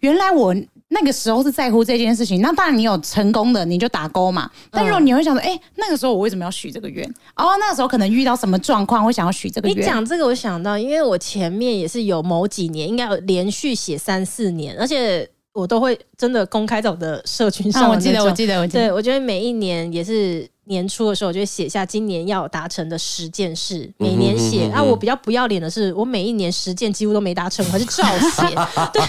S3: 原来我那个时候是在乎这件事情。那当然你有成功的，你就打勾嘛。
S2: 嗯
S3: 但如果你会想说，哎、那个时候我为什么要许这个愿？哦，那个时候可能遇到什么状况会想要许这个
S2: 你
S3: 愿。啊
S2: 讲这个，我想到，因为我前面也是有某几年，应该有连续写三四年，而且我都会真的公开在我的社群上、
S3: 啊，我记得，我记得，我记得
S2: 对，。我觉得每一年也是年初的时候，我就会写下今年要达成的十件事，
S3: 嗯
S2: 每年写。啊，我比较不要脸的是，我每一年十件几乎都没达成，我还是照写。
S3: [laughs]
S2: 对，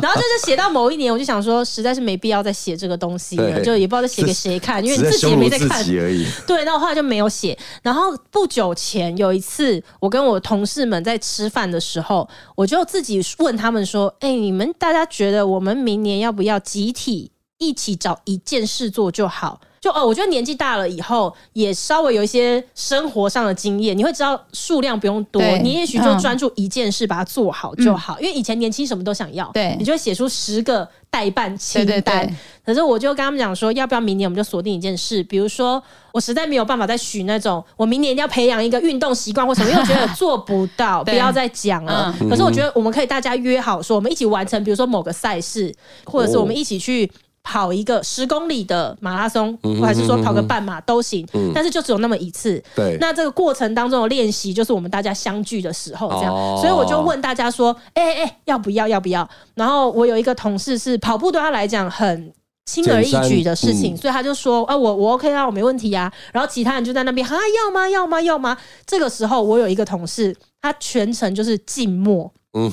S2: 然后就是写到某一年，我就想说，实在是没必要再写这个东西了，
S1: 对
S2: 就也不知道在写给谁看，因为
S1: 只
S2: 你
S1: 在
S2: 自己也
S1: 羞辱
S2: 没在
S1: 自
S2: 看。
S1: 己而已。
S2: [laughs] 对，那我后来就没有写。然后不久前有一次，我跟我同事们在吃饭的时候，我就自己问他们说：“哎、你们大家觉得我们明年要不要集体一起找一件事做就好？”就哦，我觉得年纪大了以后，也稍微有一些生活上的经验，你会知道数量不用多
S3: 对，
S2: 你也许就
S3: 嗯
S2: 专注一件事把它做好就好。因为以前年轻什么都想要，
S3: 对
S2: 你就会写出十个代办清
S3: 对对
S2: 单，
S3: 对，
S2: 可是我就跟他们讲说，要不要明年我们就锁定一件事，比如说我实在没有办法再许那种，我明年一定要培养一个运动习惯或什么，因为我觉得做不到，不
S3: 对
S2: 要再讲了。可是我觉得我们可以大家约好说，我们一起完成，比如说某个赛事，或者是我们一起去。跑一个十公里的马拉松，或还是说跑个半马都行，但是就只有那么一次。
S1: 对，
S2: 那这个过程当中的练习，就是我们大家相聚的时候，这样。
S1: 哦
S2: 所以我就问大家说：“哎、哎、哎，要不要？要不要？”然后我有一个同事是跑步对他来讲很。轻而易举的事
S1: 简
S2: 情，
S1: 单嗯
S2: 所以他就说：“啊，我我 OK 啊，我没问题啊。”然后其他人就在那边：“啊，要吗？要吗？要吗？”这个时候，我有一个同事，他全程就是静默。
S1: 嗯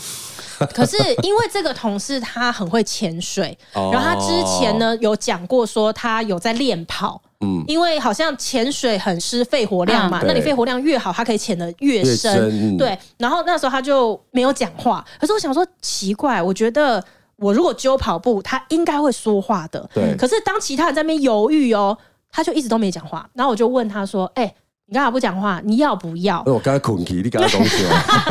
S2: 嗯，可是因为这个同事他很会潜水，
S1: 然
S2: 然后他之前，
S1: 哦
S2: 呢有讲过说他有在练跑，
S1: 嗯，
S2: 因为好像潜水很吃肺活量嘛，
S1: 嗯
S2: 那你
S1: 对
S2: 肺活量越好，它可以潜得
S1: 越
S2: 越深。
S1: 深，嗯，
S2: 对，然后那时候他就没有讲话，可是我想说奇怪，我觉得我如果揪跑步，他应该会说话的。
S1: 对
S2: 可是当其他人在那边犹豫哦，他就一直都没讲话。然后我就问他说：“哎、你干嘛不讲话？你要不要？”
S1: 哎那我刚才捆起你刚才东西啊，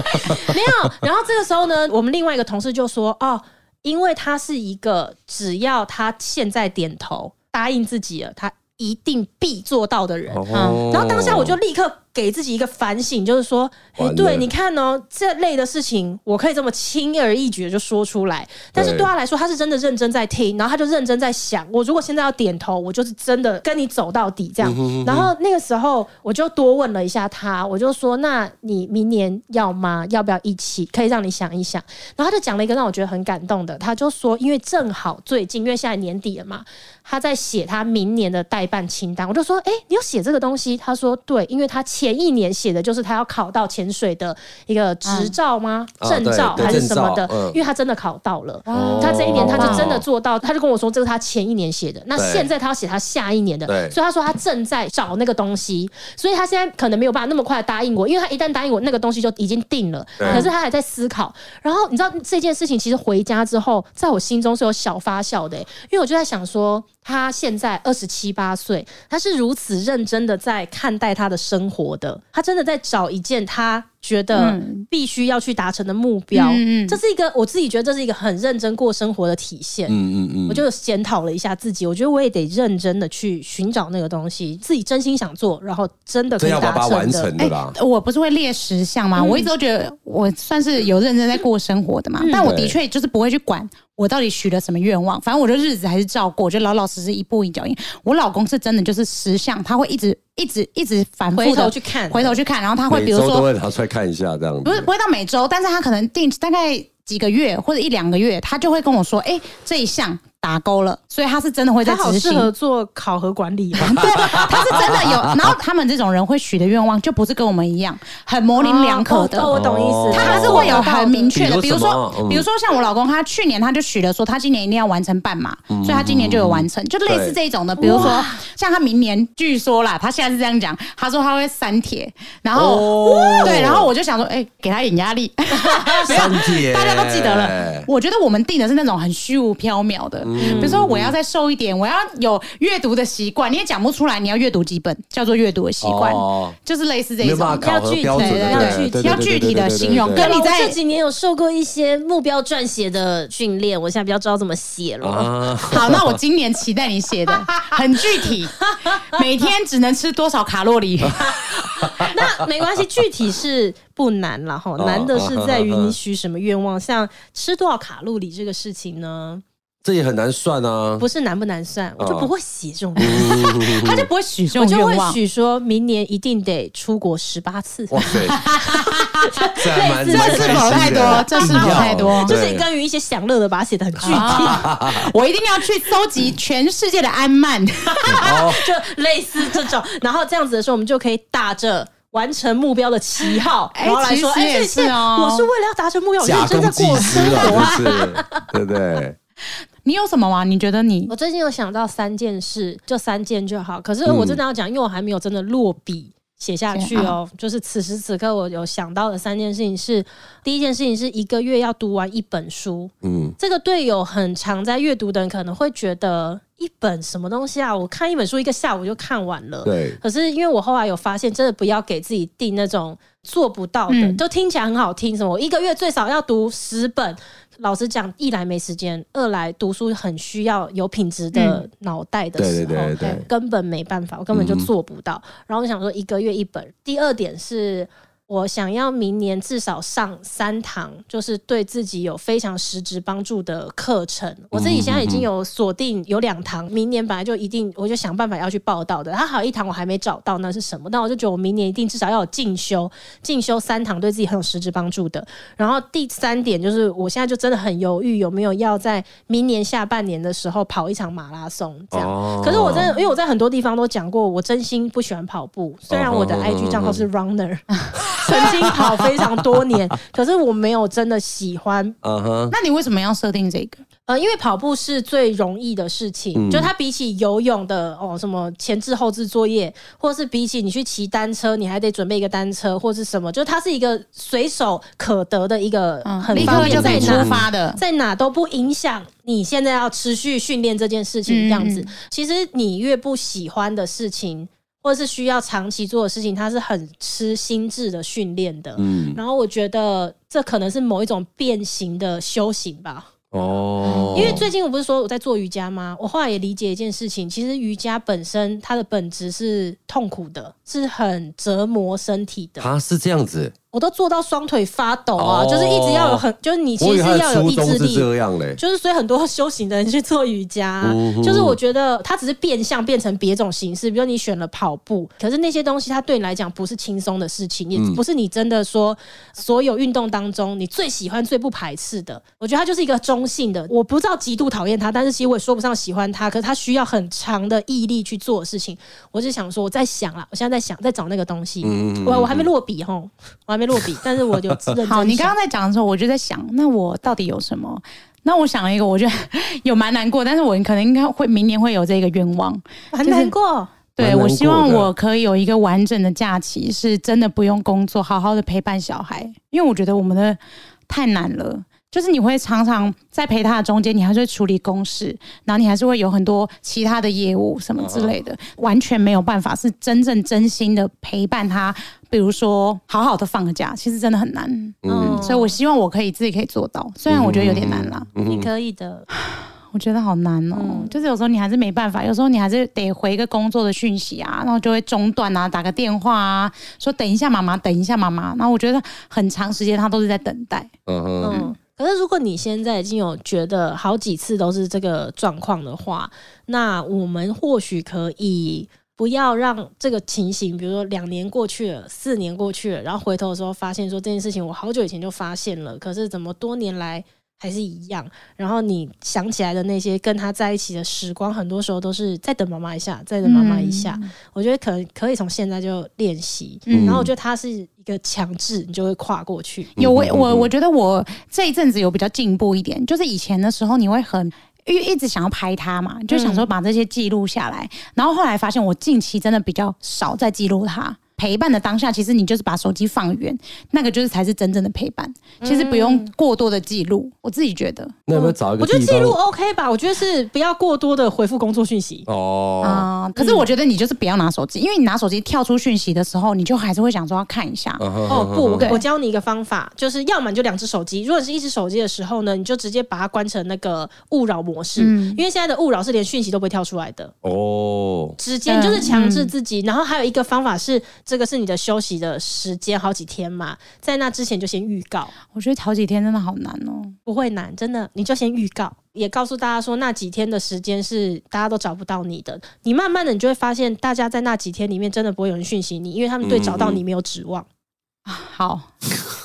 S2: [laughs] 没有。然后这个时候呢，我们另外一个同事就说：“哦，因为他是一个只要他现在点头答应自己了，他一定必做到的人。
S1: 哦
S2: 然后当下我就立刻给自己一个反省，就是说，哎、
S1: 完了
S2: 对，你看哦，这类的事情我可以这么轻而易举的就说出来，但是
S1: 对
S2: 对他来说，他是真的认真在听，然后他就认真在想，我如果现在要点头，我就是真的跟你走到底
S1: 嗯
S2: 这样。然后那个时候我就多问了一下他，我就说，那你明年要吗？要不要一起？可以让你想一想。然后他就讲了一个让我觉得很感动的，他就说，因为正好最近，因为现在年底了嘛，他在写他明年的代办清单，我就说：“哎、你有写这个东西？”他说：“对，因为他前前一年写的就是他要考到潜水的一个执照吗？
S1: 嗯
S2: 证照
S1: 啊对对
S2: 还是什么的
S1: 证照嗯？
S2: 因为他真的考到了。
S1: 哦
S2: 他这一年他
S1: 好棒
S2: 就
S1: 哦
S2: 真的做到，他就跟我说这是他前一年写的，那
S1: 对
S2: 现在他要写他下一年的
S1: 对，
S2: 所以他说他正在找那个东西，所以他现在可能没有办法那么快答应我，因为他一旦答应我，那个东西就已经定了，
S1: 对
S2: 可是他还在思考。然后你知道这件事情，其实回家之后，在我心中是有小发酵的、因为我就在想说，他现在二十七八岁，他是如此认真的在看待他的生活的，他真的在找一件他觉得
S3: 嗯
S2: 必须要去达成的目标。
S3: 嗯嗯
S2: 这是一个我自己觉得这是一个很认真过生活的体现。
S1: 嗯嗯嗯，
S2: 我就检讨了一下自己，我觉得我也得认真的去寻找那个东西，自己真心想做，然后真的可
S1: 这
S2: 以
S1: 要把
S2: 达
S1: 它完
S2: 的。
S1: 成的啦。
S3: 呃我不是会列十项
S2: 嗯
S3: 吗？我一直都觉得我算是有认真在过生活的嘛，
S2: 嗯
S3: 但我的确就是不会去管我到底许了什么愿望，反正我的日子还是照过，我就老老实实一步一脚印。我老公是真的就是十项，他会一直一直一直反复
S2: 回头
S3: 的
S2: 去看，
S3: 回头去看，然后他会
S1: 每
S3: 比如
S1: 周都
S3: 说
S1: 会拿出来看一下这样
S3: 不是
S1: 子。
S3: 不会到每周，但是他可能定大概几个月或者一两个月，他就会跟我说，哎、这一项打勾了，所以他是真的会在
S2: 他好
S3: 执
S2: 适
S3: 行。
S2: 合做考核管理哦。
S3: 对，他是真的有。然后他们这种人会许的愿望，就不是跟我们一样很模棱两可的。
S2: [laughs] 哦哦我哦懂意思，
S3: 他还是会有很明确的，
S1: 比
S3: 比
S1: 如
S3: 如
S1: 什么
S3: 说，
S1: 嗯
S3: 比如说像我老公，他去年他就许了说，他今年一定要完成半马，
S1: 嗯
S3: 所以他今年就有完成，就类似这种的。比如说，像他明年据说啦，他现在是这样讲，他说他会删帖，然后
S1: 哦
S3: 对，然后我就想说，哎，给他一点压力，没有
S1: 删帖
S3: [laughs] 大家都记得
S1: 嗯
S3: 了。我觉得我们定的是那种很虚无缥缈的，比如说我要再瘦一点，我要有阅读的习惯，你也讲不出来你要阅读几本，叫做阅读的习惯
S1: 哦，
S3: 就是类似这
S1: 没有
S3: 种
S1: 办法
S3: 的。
S1: 考核
S2: 要具体
S1: 标准的，
S2: 对
S1: 对对对
S3: 要
S1: 对
S3: 具
S1: 对对
S3: 体的
S1: 对
S3: 形容
S1: 对
S3: 跟
S2: 对
S3: 你
S2: 我
S3: 在
S2: 这几年有受过一些目标撰写的训练，我现在比较知道怎么写了。
S1: 啊，
S2: [laughs]
S3: 好，那我今年期待你写的很具体，每天只能吃多少卡路
S2: [laughs]
S3: 里？
S2: 那没关系，具体是不难了 [laughs] 哈，
S1: 哦
S2: 难的是在于你许什么愿望，像吃多少卡路里这个事情呢，
S1: 这也很难算啊。
S2: 不是难不难算，我就不会写这种东西，
S3: 他就不会许这
S2: 我
S3: 种
S2: 就
S3: 愿
S2: 会
S3: 望。
S2: 许说明年一定得出国十八次。
S1: [laughs] 哇塞，这还蛮
S2: 类似
S1: 蛮开
S2: 这是
S1: 心的
S3: 否太多这是否
S1: 硬要
S3: 太多
S2: 就
S1: 对
S2: 是关于一些享乐的，把它写的很具体，
S3: 啊！我一定要去搜集全世界的安曼， [laughs]
S1: 哦
S2: 就类似这种。然后这样子的时候，我们就可以打着完成目标的旗号，
S3: 哎
S2: 然后来说：“
S3: 其实
S2: 哎，
S3: 也
S2: 这
S3: 是哦
S2: 我是为了要达成目标，我
S1: 假
S2: 认真
S1: 公
S2: 在
S1: 济
S2: 过
S1: 私
S2: 生活啊。
S1: 了，就是对不对？
S3: 你有什么吗？你觉得你
S2: 我最近有想到三件事，就三件就好。可
S1: 嗯
S2: 是我真的要讲，因为我还没有真的落笔写下去哦。
S3: 啊
S2: 就是此时此刻，我有想到的三件事情是：第一件事情是一个月要读完一本书，
S1: 嗯，
S2: 这个队友很常在阅读的人可能会觉得一本什么东西啊，我看一本书一个下午就看完了。
S1: 对，
S2: 可是因为我后来有发现，真的不要给自己定那种做不到的，
S3: 嗯
S2: 就听起来很好听，什么我一个月最少要读十本。老实讲，一来没时间，二来读书很需要有品质的
S3: 嗯
S2: 脑袋的时
S1: 对对对
S2: 候，
S1: 嗯对
S2: 根本没办法，我根本就做不到。然后我想说，一个月一本。第二点是。我想要明年至少上三堂，就是对自己有非常实质帮助的课程。我自己现在已经有锁定有两堂，明年本来就一定，我就想办法要去报到的。它还有一堂我还没找到，那是什么？但我就觉得我明年一定至少要有进修，进修三堂对自己很有实质帮助的。然后第三点就是，我现在就真的很犹豫，有没有要在明年下半年的时候跑一场马拉松这样。
S1: 哦
S2: 可是我真的，因为我在很多地方都讲过，我真心不喜欢跑步。虽然我的
S1: 哦哦哦
S2: IG 账号是 runner，曾
S1: [laughs]
S2: 经跑非常多年， [laughs] 可是我没有真的喜欢。
S1: 嗯哼，
S3: 那你为什么要设定这个？
S2: 呃，因为跑步是最容易的事情，
S1: 嗯
S2: 就它比起游泳的哦什么前置后置作业，或是比起你去骑单车，你还得准备一个单车或是什么，就它是一个随手可得的一个
S3: 嗯
S2: 很
S3: 立
S2: 方
S3: 刻就可
S2: 便在
S3: 以出
S2: 哪
S3: 发的。
S2: 在哪都不影响你现在要持续训练这件事情。这样子，
S3: 嗯
S2: 其实你越不喜欢的事情，或者是需要长期做的事情，它是很吃心智的训练的。
S1: 嗯，
S2: 然后我觉得这可能是某一种变形的修行吧，
S1: 哦，
S2: 因为最近我不是说我在做瑜伽吗？我后来也理解一件事情，其实瑜伽本身它的本质是痛苦的，是很折磨身体的。
S1: 啊是这样子，
S2: 我我都做到双腿发抖啊，
S1: 哦
S2: 就是一直要有很，就是你
S1: 我
S2: 其
S1: 以为
S2: 实
S1: 他的
S2: 要有
S1: 初
S2: 意
S1: 衷
S2: 志
S1: 是
S2: 力。
S1: 这样嘞，
S2: 就是，所以很多 [laughs] 修行的人去做瑜伽啊、就是我觉得它只是变相变成别种形式，比如你选了跑步，可是那些东西它对你来讲不是轻松的事情，也不是你真的说所有运动当中你最喜欢、最不排斥的。我觉得它就是一个中性的，我不知道极度讨厌它，但是其实我也说不上喜欢它，可是它需要很长的毅力去做的事情。我只想说，我在想啦，我现在在想，在找那个东西。我我还没落笔吼，我还没落笔，但是我就认真
S3: 好，你刚
S2: 想
S3: 刚在讲的时候，我就在想，那我到底有什么？那我想了一个，我觉得 [laughs] 有蛮难过，但是我可能应该会明年会有这个愿望。
S2: 很难过。
S3: 对
S1: 蛮难
S3: 我希
S1: 过
S3: 望
S1: 的
S3: 我可以有一个完整的假期，是真的不用工作，好好的陪伴小孩，因为我觉得我们的太难了。就是你会常常在陪他的中间，你还是会处理公事，然后你还是会有很多其他的业务什么之类
S1: 嗯
S3: 的，完全没有办法是真正真心的陪伴他。比如说，好好的放个假，其实真的很难。
S2: 嗯，
S3: 哦所以我希望我可以自己可以做到，虽然我觉得有点难啦，
S2: 你可以的。
S3: 我觉得好难哦、
S2: 嗯
S3: 就是有时候你还是没办法，有时候你还是得回一个工作的讯息啊，然后就会中断啊，打个电话啊，说等一下妈妈，等一下妈妈。然后我觉得很长时间他都是在等待，
S1: 嗯哼，
S2: 嗯，可是如果你现在已经有觉得好几次都是这个状况的话，那我们或许可以不要让这个情形，比如说两年过去了，四年过去了，然后回头的时候发现说这件事情我好久以前就发现了，可是怎么多年来。还是一样，然后你想起来的那些跟他在一起的时光，很多时候都是再等妈妈一下，再等妈妈一下。我觉得可能可以从现在就练习，
S3: 嗯
S2: 然后我觉得它是一个强制，你就会跨过去。
S3: 有我我我觉得我这一阵子有比较进步一点，就是以前的时候你会很。因为一直想要拍他嘛，就想说把这些记录下来，然后后来发现我近期真的比较少在记录他陪伴的当下，其实你就是把手机放远，那个就是才是真正的陪伴，其实不用过多的记录，我自己觉得
S1: 那有没有找一个
S2: 我觉得
S1: 地
S2: 记录
S1: 方？
S2: OK 吧，我觉得是不要过多的回复工作讯息。
S1: 哦，
S3: 啊、可是我觉得你就是不要拿手机，因为你拿手机跳出讯息的时候，你就还是会想说要看一下，
S2: 哦不，我
S3: 对
S2: 我教你一个方法，就是要么你就两只手机，如果是一只手机的时候呢，你就直接把它关成那个勿扰模式，
S3: 嗯
S2: 因为现在的勿扰是连讯息都不会跳出来的，
S1: 哦，
S2: 直接你就是强制自己。然后还有一个方法是，这个是你的休息的时间，好几天嘛，在那之前就先预告，
S3: 我觉得好几天真的好难哦、
S2: 不会难，真的，你就先预告，也告诉大家说那几天的时间是大家都找不到你的。你慢慢的，你就会发现，大家在那几天里面真的不会有人讯息你，因为他们对找到你没有指望。
S3: 好，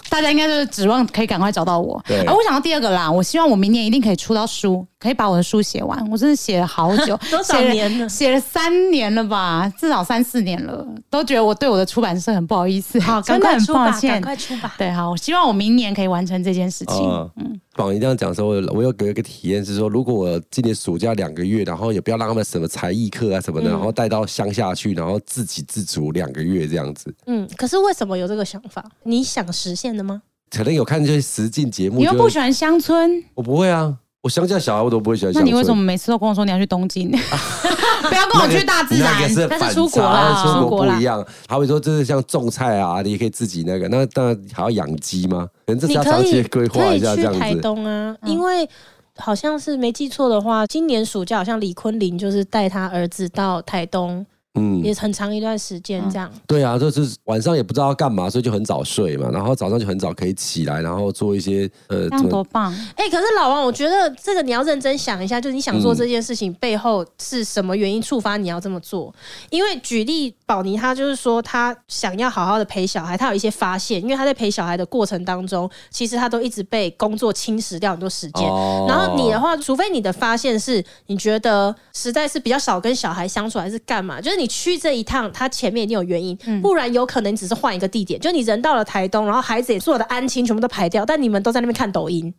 S3: 大家应该就是指望可以赶快找到我。
S1: 对
S3: 啊，我想到第二个啦，我希望我明年一定可以出到书，可以把我的书写完。我真的写了好久
S2: [laughs] ，多少
S3: 写了
S2: 年了
S3: 写了三年了吧，至少三四年了，都觉得我对我的出版社很不好意思，
S2: 好，
S3: 真
S2: 赶
S3: 的
S2: 快
S3: 很
S2: 出
S3: 抱
S2: 吧，赶
S3: 歉。
S2: 快出吧。
S3: 对，好，我希望我明年可以完成这件事情。
S1: 啊榜一这样讲的时候，我有有一个体验是说，如果我今年暑假两个月，然后也不要让他们什么才艺课啊什么的，然后带到乡下去，然后自给自足两个月这样子，
S2: 嗯，可是为什么有这个想法？你想实现的吗？
S1: 可能有看这些实境节目，
S3: 你又不
S1: 就
S3: 喜欢乡村，
S1: 我不会啊，我乡下小孩我都不会喜欢
S3: 那
S1: 乡村。
S3: 你为什么每次都跟我说你要去
S1: [laughs]
S3: 东京？不要跟我去大自然
S1: 那个。是
S2: 但是
S1: 反
S2: 出国
S3: 啊
S2: 啦
S1: 差出
S2: 出
S1: 国
S2: 国啦
S1: 不一样。好比说，就是像种菜啊，你也可以自己那个，那当然还要养鸡吗？可能这是
S2: 你
S1: 要
S2: 可
S1: 长期
S2: 以
S1: 规
S2: 可
S1: 划
S2: 以
S1: 一下这
S2: 去
S1: 样
S2: 台
S1: 子。
S2: 东啊，
S3: 嗯
S2: 因为好像是没记错的话，今年暑假好像李坤林就是带他儿子到台东，
S1: 嗯，
S2: 也很长一段时间这样。
S1: 对啊，就是晚上也不知道要干嘛，所以就很早睡嘛，然后早上就很早可以起来，然后做一些呃
S3: 这样
S1: 怎
S3: 多
S1: 么
S3: 棒！
S2: 哎、可是老王，我觉得这个你要认真想一下，就是你想做这件事情背后是什么原因触发你要这么做？因为举例，宝妮她就是说她想要好好的陪小孩，她有一些发现，因为她在陪小孩的过程当中，其实她都一直被工作侵蚀掉很多时间。
S1: 哦
S2: 然后你的话，除非你的发现是你觉得实在是比较少跟小孩相处，还是干嘛？就是你去这一趟，它前面一定有原因，不然有可能你只是换一个地点。就你人到了台东，然后孩子也做的安亲全部都排掉，但你们都在那边看抖音，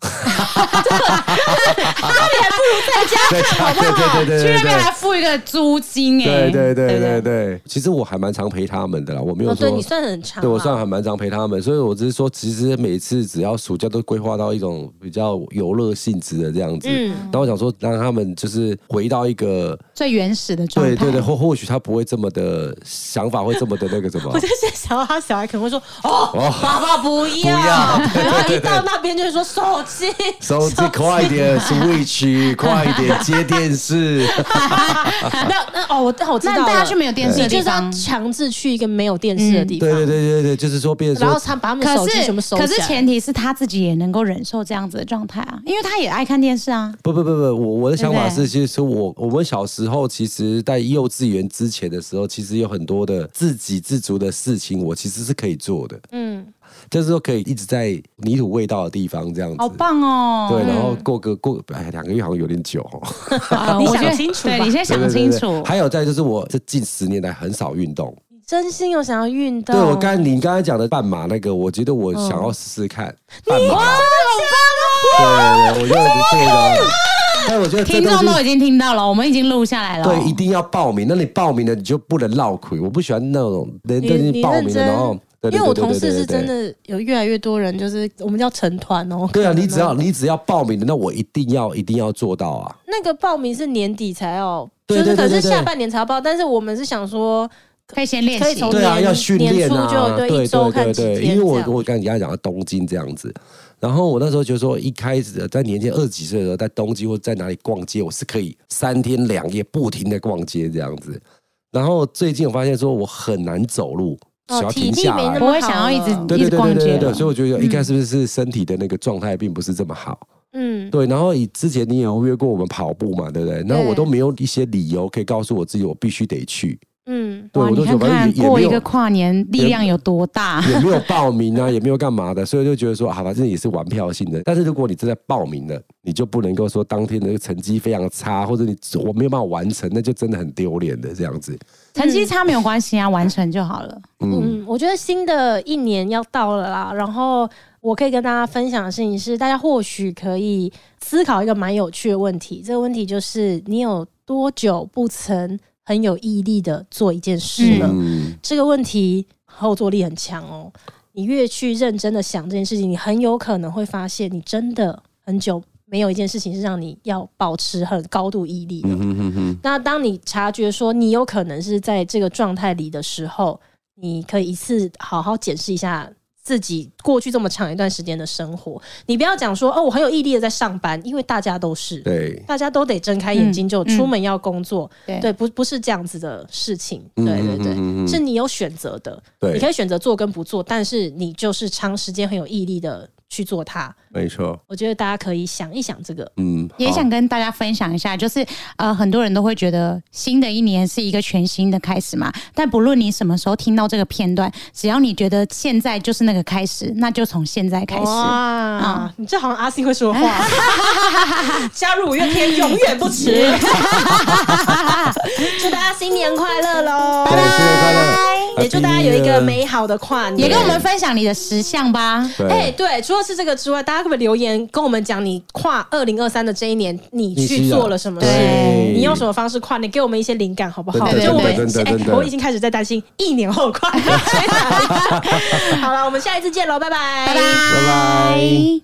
S1: 对对对对对
S3: 去那边
S1: 对
S3: 还付一个租金哎、
S1: 对对对
S3: 不
S1: 对对，其实我还蛮常陪他们的啦，我没有
S2: 哦，
S1: 说
S2: 对你算很长
S1: 对我
S2: 了。
S1: 算还蛮常陪他们，所以我只是说，其实每次只要暑假都规划到一种比较游乐性质的这样子。
S2: 嗯
S1: 然后我想说，让他们就是回到一个
S3: 最原始的状态。
S1: 对对对，或或许他不会这么的想法，会这么的那个什么
S2: [laughs] 我。就现在想到他小孩可能
S1: [laughs]
S2: 会说：“哦，爸爸不要。
S1: 要 [laughs]
S2: 然后一到那边就会说：“手机。
S1: 手机快一点，Switch 快一点，接电视。
S2: [laughs] 那那哦，我我知道
S3: 那
S2: 了。
S3: 大家去没有电视
S2: 你
S3: 的
S2: 就
S3: 地
S2: 是要
S3: 方方
S2: 强制去一个没有电视的地方，
S1: 嗯对对对对对，就是说，变成
S2: 然后
S1: 说，
S2: 他把他们手
S3: 可
S2: 机啊
S3: 是
S2: 全部收起
S3: 可
S2: 来。
S3: 是前提是他自己也能够忍受这样子的状态啊，因为他也爱看电视啊。
S1: 不不不不，我我的想法
S3: 对
S1: 是，其实我我们小时候，其实在幼稚园之前的时候，其实有很多的自给自足的事情，我其实是可以做的，
S2: 嗯，
S1: 就是说可以一直在泥土味道的地方这样子。
S3: 好棒哦！
S1: 对，然后过个过哎两个月好像有点久
S2: [laughs]
S1: 哦。
S3: 呃
S2: 你
S3: 我
S2: 想
S3: 觉得
S2: 清楚吧
S3: 对你先
S1: 对
S3: 想
S1: 对对
S3: 清
S1: 对
S3: 楚。
S1: 还有再就是我这近十年来很少运动，
S2: 真心有想要运动。
S1: 对我刚才你刚才讲的半马那个，我觉得我想要试试看半马。
S2: 哦
S1: 对，我觉得这个，但我觉得这
S3: 听
S1: 东
S3: 众
S1: 西
S3: 都已经听到了，我们已经录下来
S2: 啊
S3: 了。
S1: 对一定要报名。那你报名了，你就不能绕亏。我不喜欢那种人
S2: 你
S1: 都已
S2: 你
S1: 经报
S2: 认
S1: 名了，
S2: 真
S1: 然后，对
S2: 因为我同
S1: 对对
S2: 事
S1: 对
S2: 是
S1: 对
S2: 真的有越来越多人，就是我们叫成团哦。
S1: 对啊，你只要你只要报名的，那我一定要一定要做到啊。
S2: 那个报名是年底才要，就
S1: 对
S2: 是
S1: 对
S2: 可
S1: 对
S2: 是
S1: 对
S2: 下半年才要报，但是我们是想说
S3: 可以先练
S2: 可以
S3: 习。
S2: 从
S1: 对啊，
S2: 哦年
S1: 要训练
S2: 年初
S1: 啊，
S2: 就对
S1: 对
S2: 一周看
S1: 对
S2: 几
S1: 对对，
S2: 天
S1: 因为
S2: 这样
S1: 我我刚你刚才讲到东京这样子，然后我那时候就说，一开始在年前二十几岁的时候，在东京或在哪里逛街，我是可以三天两夜不停的逛街这样子。然后最近我发现说我很难走路，
S2: 哦
S1: 想要
S2: 体
S1: 停
S2: 力
S1: 下
S2: 没那
S1: 来
S2: 么。
S3: 不会想要一直
S1: 对对对对
S3: 逛街
S1: 对对
S3: 了
S1: 对，所以我觉得一开始是不是身体的那个状态并不是这么好？
S2: 嗯，
S1: 对，然后以之前你也有约过我们跑步嘛，对不对？然后我都没有一些理由可以告诉我自己我必须得去，
S2: 嗯，
S1: 对
S3: 哇，
S1: 我
S3: 哦你
S1: 都觉得
S3: 看看
S1: 反正也也
S3: 过
S1: 没
S3: 一
S1: 有
S3: 个跨年力量有多大？
S1: 也没有报名啊，也没有干嘛的，所以就觉得说啊，反正也是玩票性的。但是如果你真的报名了，你就不能够说当天的那个成绩非常差，或者你我没有办法完成，那就真的很丢脸的这样子。
S3: 成绩差没有关系啊，完成就好了。
S1: 嗯，
S2: 嗯，我觉得新的一年要到了啦，然后我可以跟大家分享的事情是，大家或许可以思考一个蛮有趣的问题。这个问题就是，你有多久不曾很有毅力的做一件事了？
S1: 嗯，
S2: 这个问题后坐力很强哦。你越去认真的想这件事情，你很有可能会发现，你真的很久没有一件事情是让你要保持很高度毅力的。
S1: 嗯哼哼，
S2: 那当你察觉说你有可能是在这个状态里的时候，你可以一次好好检视一下自己过去这么长一段时间的生活。你不要讲说哦，我很有毅力的在上班，因为大家都是，
S1: 对，
S2: 大家都得睁开眼睛就
S3: 嗯
S2: 出门要工作，
S3: 对
S2: 对，不不是这样子的事情，对对对，
S1: 嗯
S2: 是你有选择的，你可
S1: 对，
S2: 以选择做跟不做，但是你就是长时间很有毅力的去做它。
S1: 没错，
S2: 我觉得大家可以想一想这个，
S1: 嗯，
S3: 也
S1: 好
S2: 哦
S3: 想跟大家分享一下，就是呃，很多人都会觉得新的一年是一个全新的开始嘛。但不论你什么时候听到这个片段，只要你觉得现在就是那个开始，那就从现在开始。
S2: 哇，啊你这好像阿信会说 [laughs] 话，加入五月天永远不迟。 [laughs] 祝大家新年快乐喽！
S1: 对，新年快乐，
S2: 也祝大家有一个。美好的跨
S3: 也
S2: 年。
S3: 跟我们分享你的十项吧。
S2: 哎、
S1: 对，
S2: 对，除了是这个之外，大家可不可以留言跟我们讲，你跨二零二三的这一年，你去
S1: 啊
S2: 做了什么事？
S3: 对
S2: 你用什么方式跨年？给我们一些灵感，好不好？
S1: 真
S3: 的
S2: 就我们
S1: 真的
S2: 现，
S1: 真的
S2: 哎我已经开始在担心一年
S1: [laughs]
S2: 后 [laughs] 跨年去哪里。好了，我们下一次见喽，拜拜，
S3: 拜
S1: 拜拜
S3: 拜